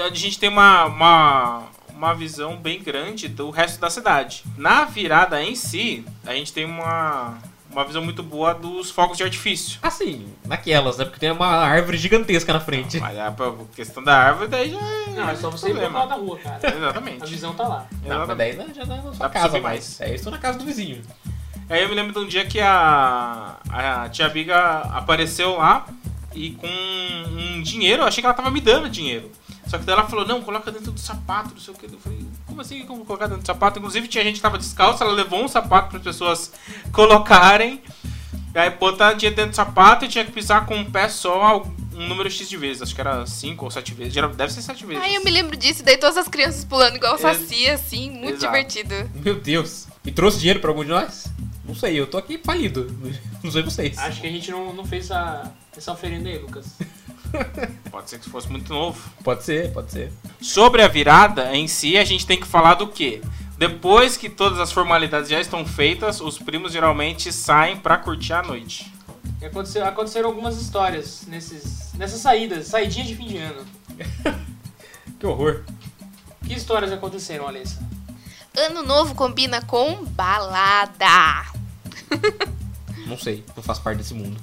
Speaker 4: A gente tem uma, uma, uma visão bem grande do resto da cidade. Na virada em si, a gente tem uma, uma visão muito boa dos fogos de artifício.
Speaker 3: Assim, naquelas, né? Porque tem uma árvore gigantesca na frente.
Speaker 4: Mas a questão da árvore daí já é.
Speaker 2: Não, é só você ir pro
Speaker 4: problema.
Speaker 2: lado da rua, cara. A
Speaker 4: Exatamente.
Speaker 2: visão tá lá.
Speaker 3: Não, mas
Speaker 4: Exatamente.
Speaker 3: daí né, já dá na sua
Speaker 4: Dá pra
Speaker 3: casa
Speaker 4: subir
Speaker 3: mais. É isso na casa do vizinho.
Speaker 4: Aí eu me lembro de um dia que a, a tia Biga apareceu lá e com um dinheiro, eu achei que ela tava me dando dinheiro. Só que daí ela falou, não, coloca dentro do sapato, não sei o que. Eu falei, como assim que eu vou colocar dentro do sapato? Inclusive tinha gente que tava descalça, ela levou um sapato para as pessoas colocarem. E aí botar dinheiro dentro do sapato e tinha que pisar com um pé só um número X de vezes. Acho que era 5 ou 7 vezes. Geral- Deve ser 7 vezes.
Speaker 1: Ai, eu me lembro disso. Daí todas as crianças pulando igual
Speaker 4: Ex-
Speaker 1: saci, assim. Muito
Speaker 4: Exato.
Speaker 1: divertido.
Speaker 3: Meu Deus. E trouxe dinheiro pra algum de nós? Não sei, eu tô aqui falido. Não sei vocês.
Speaker 2: Acho que a gente não, não fez essa, essa oferenda aí, Lucas.
Speaker 4: Pode ser que fosse muito novo.
Speaker 3: Pode ser, pode ser.
Speaker 4: Sobre a virada em si, a gente tem que falar do quê? Depois que todas as formalidades já estão feitas, os primos geralmente saem pra curtir a noite.
Speaker 2: E aconteceu, aconteceram algumas histórias nesses, nessas saídas, saidinhas de fim de ano.
Speaker 3: Que horror.
Speaker 2: Que histórias aconteceram, Alessa?
Speaker 1: Ano novo combina com balada.
Speaker 3: Não sei, não faço parte desse mundo.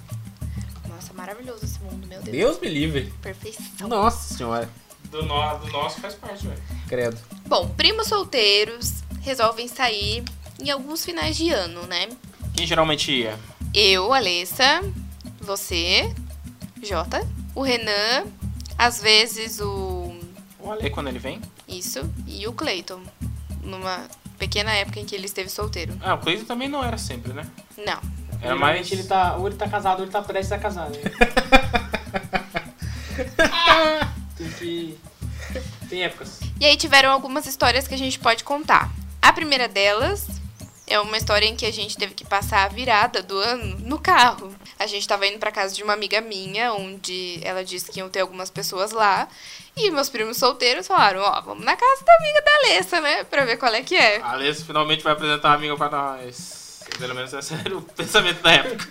Speaker 1: Nossa, maravilhoso esse mundo, meu Deus.
Speaker 3: Deus me livre.
Speaker 1: Perfeição.
Speaker 3: Nossa senhora.
Speaker 4: Do, nosso faz parte, velho.
Speaker 3: Credo.
Speaker 1: Bom, primos solteiros resolvem sair em alguns finais de ano, né?
Speaker 4: Quem geralmente ia?
Speaker 1: Eu, Alessa, você, Jota, o Renan, às vezes o.
Speaker 4: O Ale, quando ele vem?
Speaker 1: Isso, e o Clayton. Numa pequena época em que ele esteve solteiro.
Speaker 4: Ah, o Cleiton também não era sempre, né?
Speaker 1: Não.
Speaker 4: Era
Speaker 2: Geralmente
Speaker 4: mais...
Speaker 2: ele tá, ou ele tá casado ou ele tá prestes a casar, né? Tem que... Tem épocas.
Speaker 1: E aí tiveram algumas histórias que a gente pode contar. A primeira delas É uma história em que a gente teve que passar a virada do ano no carro. A gente tava indo pra casa de uma amiga minha, onde ela disse que iam ter algumas pessoas lá. E meus primos solteiros falaram: Ó, vamos na casa da amiga da Alessa, né? Pra ver qual é que é.
Speaker 4: A Alessa finalmente vai apresentar uma amiga pra nós. Pelo menos esse era o pensamento da época.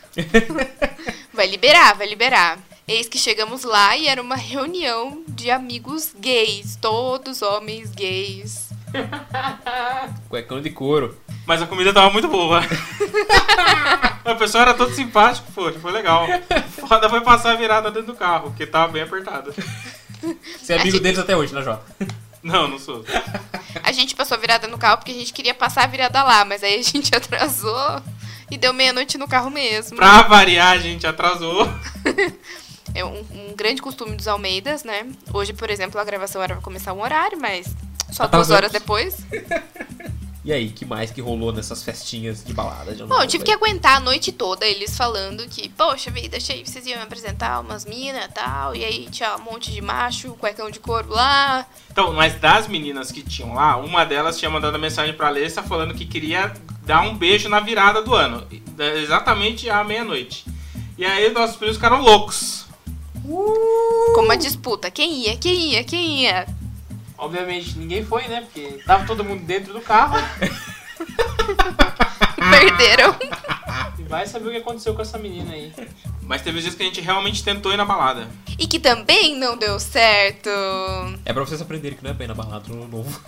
Speaker 1: Vai liberar, vai liberar. Eis que chegamos lá e era uma reunião de amigos gays, todos homens gays.
Speaker 3: Cuecão de couro.
Speaker 4: Mas a comida tava muito boa. a pessoa era todo simpático, pô, tipo, foi legal. Foda foi passar a virada dentro do carro, porque tava bem apertada.
Speaker 3: Você é amigo deles até hoje, né, Jota?
Speaker 4: Não, não sou.
Speaker 1: A gente passou a virada no carro porque a gente queria passar a virada lá, mas aí a gente atrasou e deu meia-noite no carro mesmo.
Speaker 4: Pra variar, a gente atrasou.
Speaker 1: É um, um grande costume dos Almeidas, né? Hoje, por exemplo, a gravação era pra começar um horário, mas só duas
Speaker 3: Atrasamos.
Speaker 1: horas depois.
Speaker 3: E aí, que mais que rolou nessas festinhas de balada? De ano
Speaker 1: Bom, eu
Speaker 3: novo
Speaker 1: tive
Speaker 3: aí?
Speaker 1: que aguentar a noite toda eles falando que, poxa vida, achei que vocês iam me apresentar umas minas e tal, e aí tinha um monte de macho, cuecão de couro lá.
Speaker 4: Então, mas das meninas que tinham lá, uma delas tinha mandado mensagem pra Alessa falando que queria dar um beijo na virada do ano. Exatamente à meia-noite. E aí nossos primos ficaram loucos.
Speaker 1: Com uma disputa. Quem ia, quem ia, quem ia?
Speaker 2: Obviamente ninguém foi, né? Porque tava todo mundo dentro do carro.
Speaker 1: Perderam.
Speaker 2: E vai saber o que aconteceu com essa menina aí.
Speaker 4: Mas teve dias que a gente realmente tentou ir na balada.
Speaker 1: E que também não deu certo.
Speaker 3: É pra vocês aprenderem que não é bem na balada no ano novo.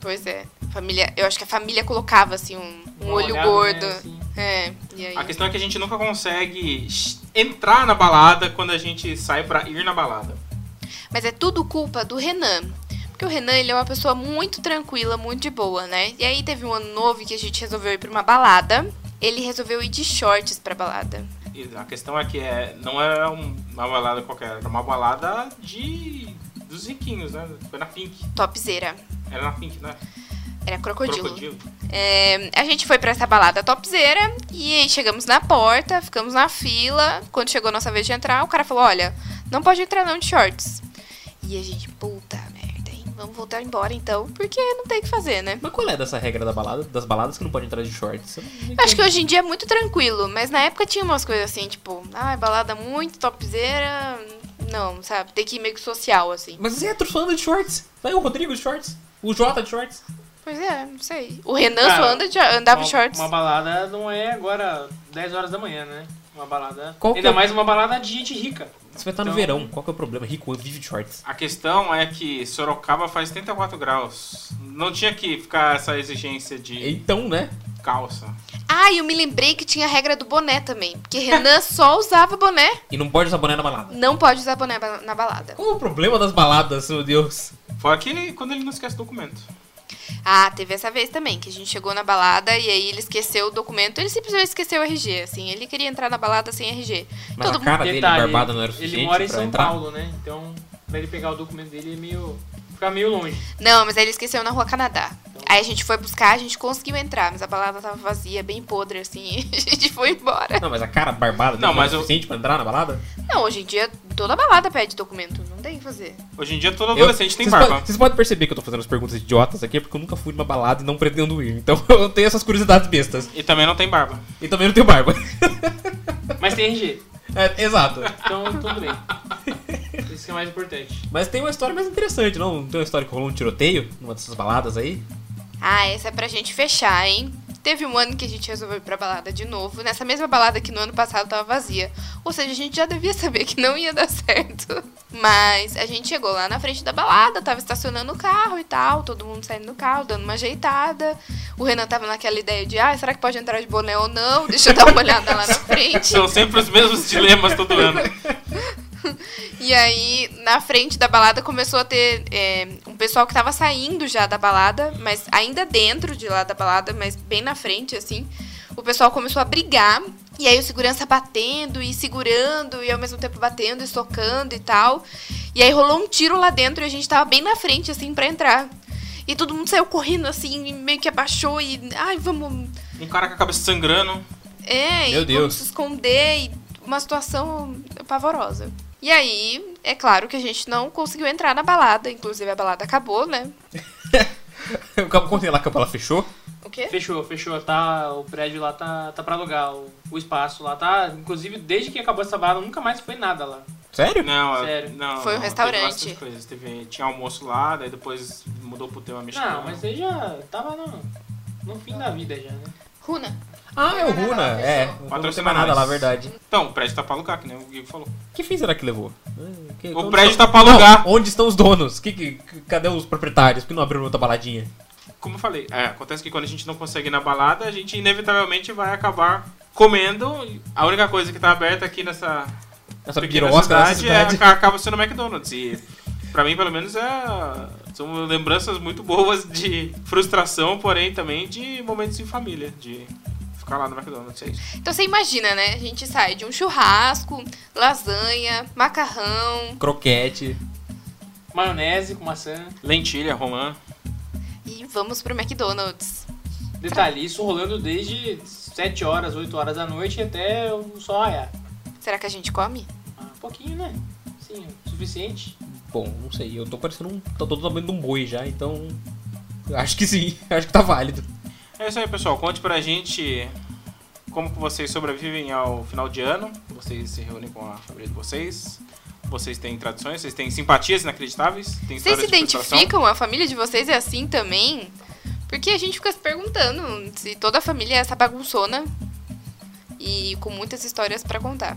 Speaker 1: Pois é. Família, eu acho que a família colocava assim um, um
Speaker 2: Uma
Speaker 1: olho
Speaker 2: olhada,
Speaker 1: gordo.
Speaker 2: né, assim.
Speaker 1: É, e aí?
Speaker 4: A questão é que a gente nunca consegue entrar na balada quando a gente sai pra ir na balada.
Speaker 1: Mas é tudo culpa do Renan. Porque o Renan, ele é uma pessoa muito tranquila, muito de boa, né? E aí teve um ano novo que a gente resolveu ir pra uma balada. Ele resolveu ir de shorts pra balada.
Speaker 4: E a questão é que é, não era um- uma balada qualquer, era uma balada de dos riquinhos, né? Foi na Pink.
Speaker 1: Topzera.
Speaker 4: Era na Pink, né?
Speaker 1: Era crocodilo. É, a gente foi pra essa balada topzera e aí chegamos na porta, ficamos na fila. Quando chegou a nossa vez de entrar, o cara falou: Olha, não pode entrar não de shorts. E a gente, puta merda, hein? Vamos voltar embora então, porque não tem o que fazer, né?
Speaker 3: Mas qual é dessa regra da balada, das baladas que não pode entrar de shorts? Eu não entendo.
Speaker 1: Acho que hoje em dia é muito tranquilo, mas na época tinha umas coisas assim, tipo, ah, é balada muito topzera. Não, sabe? Tem que ir meio que social, assim.
Speaker 3: Mas você é só anda de shorts. Tá aí o Rodrigo de shorts. O Jota de shorts.
Speaker 1: Pois é, não sei. O Renan só
Speaker 2: Cara,
Speaker 1: anda de- andava
Speaker 2: uma,
Speaker 1: de shorts.
Speaker 2: Uma balada não é agora 10 horas da manhã, né? Uma balada.
Speaker 3: Qual que
Speaker 2: Ainda
Speaker 3: é?
Speaker 2: mais uma balada de gente rica.
Speaker 3: Você vai estar no
Speaker 2: Então-
Speaker 3: verão. Qual que é o problema? Rico vive de shorts.
Speaker 4: A questão é que Sorocaba faz 34 graus. Não tinha que ficar essa exigência de
Speaker 3: Então, né?
Speaker 4: calça.
Speaker 1: Ah, e eu me lembrei que tinha a regra do boné também. Porque Renan só usava boné.
Speaker 3: E não pode usar boné na balada.
Speaker 1: Não pode usar boné ba- na balada.
Speaker 3: Qual é o problema das baladas, meu Deus?
Speaker 4: Fora que ele- quando ele não esquece documento.
Speaker 1: Ah, teve essa vez também, que a gente chegou na balada e aí ele esqueceu o documento. Ele simplesmente esqueceu o RG, assim. Ele queria entrar na balada sem RG.
Speaker 3: Mas
Speaker 1: Todo
Speaker 3: a cara dele
Speaker 2: Detalhe,
Speaker 3: barbada não era o
Speaker 2: Ele
Speaker 3: suficiente
Speaker 2: mora em
Speaker 3: pra
Speaker 2: São
Speaker 3: entrar.
Speaker 2: Paulo, né? Então, pra ele pegar o documento dele é meio. ficar meio longe.
Speaker 1: Não, mas aí ele esqueceu na rua Canadá. Aí a gente foi buscar, a gente conseguiu entrar, mas a balada tava vazia, bem podre, assim. e a gente foi embora.
Speaker 3: Não, mas a cara barbada
Speaker 4: Não,
Speaker 3: não,
Speaker 4: mas
Speaker 3: era
Speaker 4: eu-
Speaker 3: o suficiente pra entrar na balada?
Speaker 1: Não, hoje em dia toda balada pede documento. Não tem o que fazer.
Speaker 4: Hoje em dia todo adolescente
Speaker 3: Eu-
Speaker 4: tem
Speaker 3: vocês
Speaker 4: barba.
Speaker 3: podem- Vocês podem perceber que eu tô fazendo as perguntas idiotas aqui, é porque eu nunca fui numa balada e não pretendo ir. Então eu tenho essas curiosidades bestas.
Speaker 4: E também não tem barba.
Speaker 3: E também não tenho barba.
Speaker 2: Mas tem RG.
Speaker 3: É, exato.
Speaker 2: Então, tudo bem. Isso que é mais importante.
Speaker 3: Mas tem uma história mais interessante, não? Não tem uma história que rolou um tiroteio numa dessas baladas aí?
Speaker 1: Ah, essa é pra gente fechar, hein? Teve um ano que a gente resolveu ir pra balada de novo, nessa mesma balada que no ano passado tava vazia. Ou seja, a gente já devia saber que não ia dar certo. Mas a gente chegou lá na frente da balada, tava estacionando o carro e tal, todo mundo saindo do carro, dando uma ajeitada. O Renan tava naquela ideia de, ah, será que pode entrar de boné ou não? Deixa eu dar uma olhada lá na frente.
Speaker 4: São sempre os mesmos dilemas todo ano.
Speaker 1: E aí, na frente da balada, começou a ter é, um pessoal que tava saindo já da balada, mas ainda dentro de lá da balada, mas bem na frente, assim. O pessoal começou a brigar. E aí, o segurança batendo e segurando, e ao mesmo tempo batendo e socando e tal. E aí, rolou um tiro lá dentro e a gente tava bem na frente, assim, pra entrar. E todo mundo saiu correndo, assim, e meio que abaixou e. Ai, vamos.
Speaker 4: Um cara com a cabeça sangrando.
Speaker 1: É,
Speaker 3: Meu
Speaker 1: e
Speaker 3: Deus.
Speaker 1: como se esconder, e uma situação pavorosa. E aí, é claro que a gente não conseguiu entrar na balada, inclusive a balada acabou, né?
Speaker 3: Quando ela a ela fechou,
Speaker 1: O quê?
Speaker 2: Fechou, fechou. Tá, o prédio lá tá, tá pra alugar, o, o espaço lá tá. Inclusive, desde que acabou essa barra, nunca mais foi nada lá.
Speaker 3: Sério?
Speaker 4: Não, é,
Speaker 2: Sério.
Speaker 4: não.
Speaker 1: Foi um
Speaker 4: não,
Speaker 1: restaurante.
Speaker 4: Teve bastante coisas. Teve, tinha almoço lá, daí depois mudou pro tema mexicano.
Speaker 2: Não, Ah, mas aí já tava no, no fim da vida já, né?
Speaker 1: Runa.
Speaker 3: Ah, é o Runa. É.
Speaker 4: Patrocina
Speaker 3: Não nada
Speaker 4: nós.
Speaker 3: lá, verdade.
Speaker 4: Então, o prédio tá pra alugar, que nem o Guigo falou.
Speaker 3: Que fim será que levou? Ah, Que-
Speaker 4: O
Speaker 3: onde
Speaker 4: prédio
Speaker 3: estão-
Speaker 4: tá pra
Speaker 3: Não,
Speaker 4: alugar.
Speaker 3: onde estão os donos? Que, que- que- cadê os proprietários? Por que não abriram outra baladinha?
Speaker 4: Como eu falei, é, acontece que quando a gente não consegue ir na balada, a gente inevitavelmente vai acabar comendo. A única coisa que tá aberta aqui nessa
Speaker 3: Essa
Speaker 4: pequena
Speaker 3: pirosca nessa
Speaker 4: cidade, é-
Speaker 3: cidade.
Speaker 4: acaba sendo McDonald's. E pra mim, pelo menos, é, são lembranças muito boas de frustração, porém também de momentos em família, de ficar lá no McDonald's. É isso.
Speaker 1: Então você imagina, né? A gente sai de um churrasco, lasanha, macarrão
Speaker 3: Croquete.
Speaker 2: Maionese com maçã.
Speaker 4: Lentilha, romã.
Speaker 1: e vamos pro McDonald's.
Speaker 2: Detalhe, isso rolando desde 7 horas, 8 horas da noite até o sol raiar.
Speaker 1: Será que a gente come?
Speaker 2: Ah, pouquinho, né? Sim, o suficiente.
Speaker 3: Bom, não sei. Eu tô parecendo um. Tô todo tamanho de um boi já, então. Acho que sim. Acho que tá válido.
Speaker 4: É isso aí, pessoal. Conte pra gente como que vocês sobrevivem ao final de ano. Vocês se reúnem com a família de vocês. Vocês têm tradições, vocês têm simpatias inacreditáveis.
Speaker 1: Vocês
Speaker 4: Têm histórias
Speaker 1: se
Speaker 4: de frustração.
Speaker 1: identificam? A família de vocês é assim também? Porque a gente fica se perguntando se toda a família é essa bagunçona e com muitas histórias pra contar.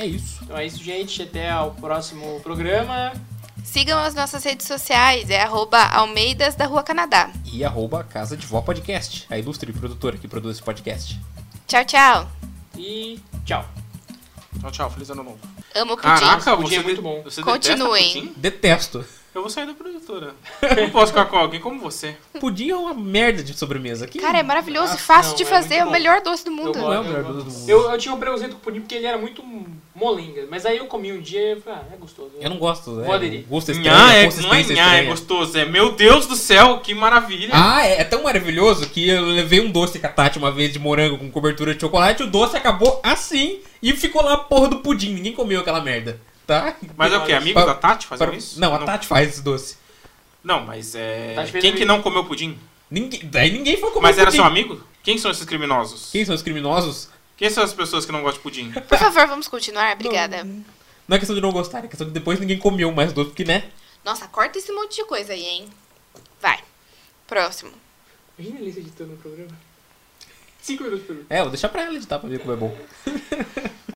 Speaker 3: É isso.
Speaker 2: Então é isso, gente. Até o próximo programa.
Speaker 1: Sigam as nossas redes sociais, é arroba Almeidas da Rua Canadá.
Speaker 3: E arroba Casa de Vó Podcast, a ilustre produtora que produz esse podcast.
Speaker 1: Tchau, tchau.
Speaker 2: E tchau.
Speaker 4: Tchau, tchau. Feliz ano novo.
Speaker 1: Amo pudim.
Speaker 4: Caraca,
Speaker 2: pudim
Speaker 4: você
Speaker 2: é muito bom.
Speaker 4: Você
Speaker 1: Continuem.
Speaker 4: detesta pudim?
Speaker 3: Detesto.
Speaker 4: Eu vou sair da produtora. Eu não posso ficar com alguém como você.
Speaker 3: Pudim é uma merda de sobremesa. Que
Speaker 1: Cara, é maravilhoso,
Speaker 2: Ah,
Speaker 1: fácil
Speaker 2: não,
Speaker 1: de
Speaker 2: é
Speaker 1: fazer,
Speaker 2: muito
Speaker 1: é o
Speaker 2: bom.
Speaker 1: melhor doce do mundo.
Speaker 3: Não é o
Speaker 2: gosto,
Speaker 3: melhor
Speaker 2: eu
Speaker 3: doce do
Speaker 2: gosto.
Speaker 3: mundo.
Speaker 2: Eu, eu tinha um preconceito com o pudim porque ele era muito molenga. Mas aí eu comi um dia e falei, ah, é gostoso.
Speaker 3: Eu não gosto.
Speaker 2: Vou
Speaker 3: É,
Speaker 2: aderir.
Speaker 3: o gosto estranho,
Speaker 4: Nhá,
Speaker 3: a
Speaker 4: é, não é
Speaker 3: consistência
Speaker 4: nhá, é
Speaker 3: estranha.
Speaker 4: gostoso. É, meu Deus do céu, que maravilha.
Speaker 3: Ah, é, é tão maravilhoso que eu levei um doce catati uma vez de morango com cobertura de chocolate, o doce acabou assim e ficou lá a porra do pudim. Ninguém comeu aquela merda, tá?
Speaker 4: Mas é o quê? Amigos
Speaker 3: Para-
Speaker 4: da Tati faziam
Speaker 3: para-
Speaker 4: isso?
Speaker 3: Não, a Tati faz esse doce.
Speaker 4: Não, mas é...
Speaker 2: Tati fez
Speaker 4: Quem
Speaker 2: um-
Speaker 4: que não comeu pudim?
Speaker 3: Ninguém, daí ninguém foi comer
Speaker 4: Mas era
Speaker 3: pudim.
Speaker 4: seu amigo? Quem são esses criminosos?
Speaker 3: Quem são os criminosos?
Speaker 4: Quem são as pessoas que não gostam de pudim?
Speaker 1: Por favor, vamos continuar? Obrigada.
Speaker 3: Não é questão de não gostar, é questão de depois ninguém comeu mais doce, porque, né?
Speaker 1: Nossa, corta esse monte de coisa aí, hein? Vai. Próximo.
Speaker 2: Imagina ele editando o programa. Cinco minutos por
Speaker 3: É, vou deixar pra ela editar pra ver como é bom.